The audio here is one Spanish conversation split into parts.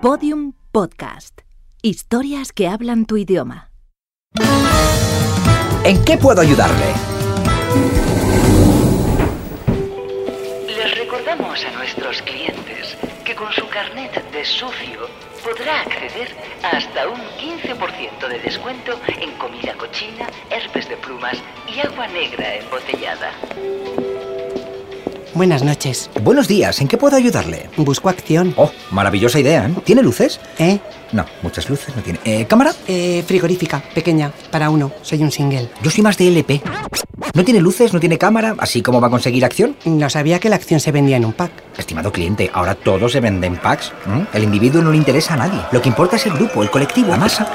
Podium Podcast. Historias que hablan tu idioma. ¿En qué puedo ayudarle? Les recordamos a nuestros clientes que con su carnet de socio podrá acceder a hasta un 15% de descuento en comida cochina, herpes de plumas y agua negra embotellada. Buenas noches. Buenos días, ¿en qué puedo ayudarle? Busco acción. Oh, maravillosa idea, ¿eh? ¿Tiene luces? ¿Eh? No, muchas luces no tiene. Eh, ¿Cámara? Eh, frigorífica, pequeña, para uno. Soy un single. Yo soy más de LP. No tiene luces, no tiene cámara, así como va a conseguir acción. No sabía que la acción se vendía en un pack. Estimado cliente, ahora todo se vende en packs. ¿m? El individuo no le interesa a nadie. Lo que importa es el grupo, el colectivo, la masa.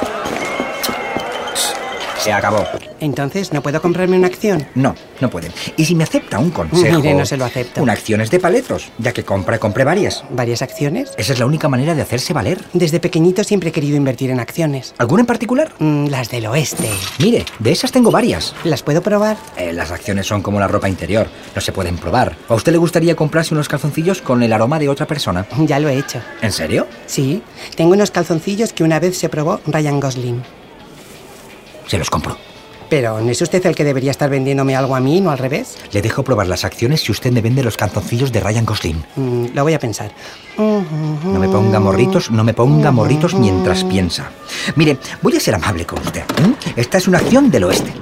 Se acabó. Entonces, ¿no puedo comprarme una acción? No, no pueden. Y si me acepta un consejo. Mire, no se lo acepto. Una acción es de paletros, ya que compra, compre varias. ¿Varias acciones? Esa es la única manera de hacerse valer. Desde pequeñito siempre he querido invertir en acciones. ¿Alguna en particular? Mm, las del oeste. Mire, de esas tengo varias. ¿Las puedo probar? Eh, las acciones son como la ropa interior, no se pueden probar. ¿A usted le gustaría comprarse unos calzoncillos con el aroma de otra persona? Ya lo he hecho. ¿En serio? Sí, tengo unos calzoncillos que una vez se probó Ryan Gosling. Se los compro. Pero ¿no es usted el que debería estar vendiéndome algo a mí, no al revés? Le dejo probar las acciones si usted me vende los calzoncillos de Ryan Gosling. Mm, lo voy a pensar. No me ponga morritos, no me ponga morritos mientras piensa. Mire, voy a ser amable con usted. ¿m? Esta es una acción del oeste.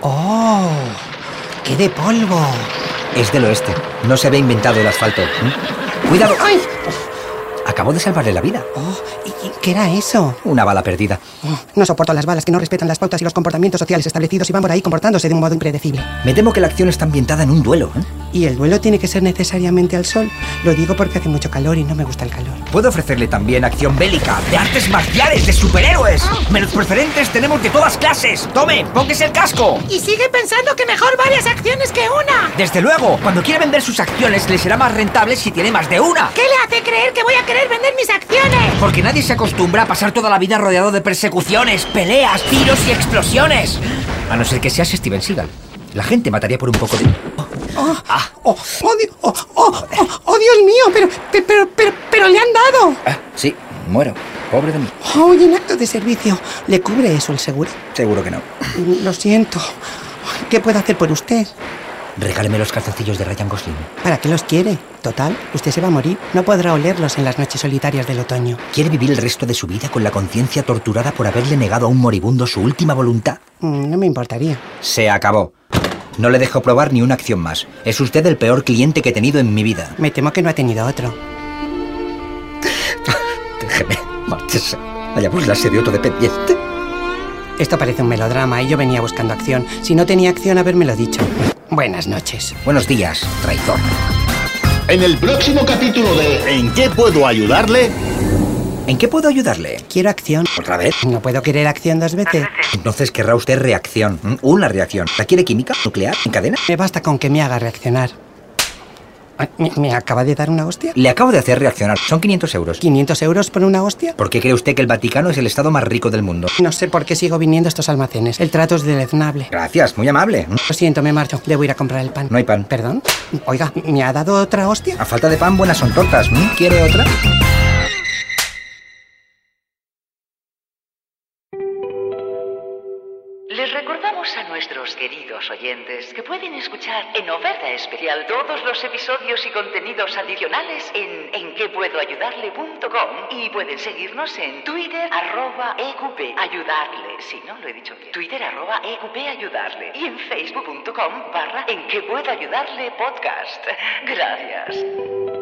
¡Oh! ¡Qué de polvo! Es del oeste. No se había inventado el asfalto. ¿m? Cuidado. ¡Ay! Acabo de salvarle la vida. ¡Oh! ¿y- y ¿Qué era eso? Una bala perdida. Oh, No soporto las balas que no respetan las pautas y los comportamientos sociales establecidos y van por ahí comportándose de un modo impredecible. Me temo que la acción está ambientada en un duelo. ¿eh? ¿Y el duelo tiene que ser necesariamente al sol? Lo digo porque hace mucho calor y no me gusta el calor. Puedo ofrecerle también acción bélica, de artes marciales, de superhéroes. Ah. Menos preferentes tenemos de todas clases. Tome, póngase el casco. Y sigue pensando que mejor varias acciones que una. Desde luego, cuando quiera vender sus acciones le será más rentable si tiene más de una. ¿Qué le hace creer que voy a querer vender mis acciones? Porque nadie se acostumbra a pasar toda la vida rodeado de persecuciones, peleas, tiros y explosiones. A no ser que seas Steven Seagal. La gente mataría por un poco de... Ah, ¡Oh! ¡Oh, oh, Dios- oh, oh, oh, oh, Dios mío! Pero, pe- pero, pero, pero le han dado. Ah, sí, muero. Pobre de mí. ¡Oh, y en acto de servicio! ¿Le cubre eso el seguro? Seguro que no. Mm, Lo siento. ¿Qué puedo hacer por usted? Regáleme los calzoncillos de Ryan Gosling. ¿Para qué los quiere? Total, usted se va a morir. No podrá olerlos en las noches solitarias del otoño. ¿Quiere vivir el resto de su vida con la conciencia torturada por haberle negado a un moribundo su última voluntad? Mm, No me importaría. Se acabó. No le dejo probar ni una acción más. Es usted el peor cliente que he tenido en mi vida. Me temo que no ha tenido otro. Déjeme, márchese. Hayamos la de otro dependiente. Esto parece un melodrama y yo venía buscando acción. Si no tenía acción, habérmelo dicho. Buenas noches. Buenos días, traidor. En el próximo capítulo de ¿En qué puedo ayudarle? ¿En qué puedo ayudarle? Quiero acción. ¿Otra vez? No puedo querer acción dos veces. Entonces querrá usted reacción. ¿m? Una reacción. ¿La quiere química? ¿Nuclear? ¿En cadena? Me basta con que me haga reaccionar. Ay, ¿Me, me acaba de dar una hostia? Le acabo de hacer reaccionar. Son 500 euros. ¿500 euros por una hostia? ¿Por qué cree usted que el Vaticano es el estado más rico del mundo? No sé por qué sigo viniendo a estos almacenes. El trato es deleznable. Gracias, muy amable. ¿m? Lo siento, me marcho. Debo ir a comprar el pan. No hay pan. ¿Perdón? Oiga, ¿me ha dado otra hostia? A falta de pan, buenas son tortas. ¿m? ¿Quiere otra? Les recordamos a nuestros queridos oyentes que pueden escuchar en oferta especial todos los episodios y contenidos adicionales en enquepuedoayudarle.com y pueden seguirnos en Twitter arroba EQP ayudarle, si no lo he dicho bien, Twitter arroba EQP ayudarle y en facebook.com barra en que puedo ayudarle podcast. Gracias.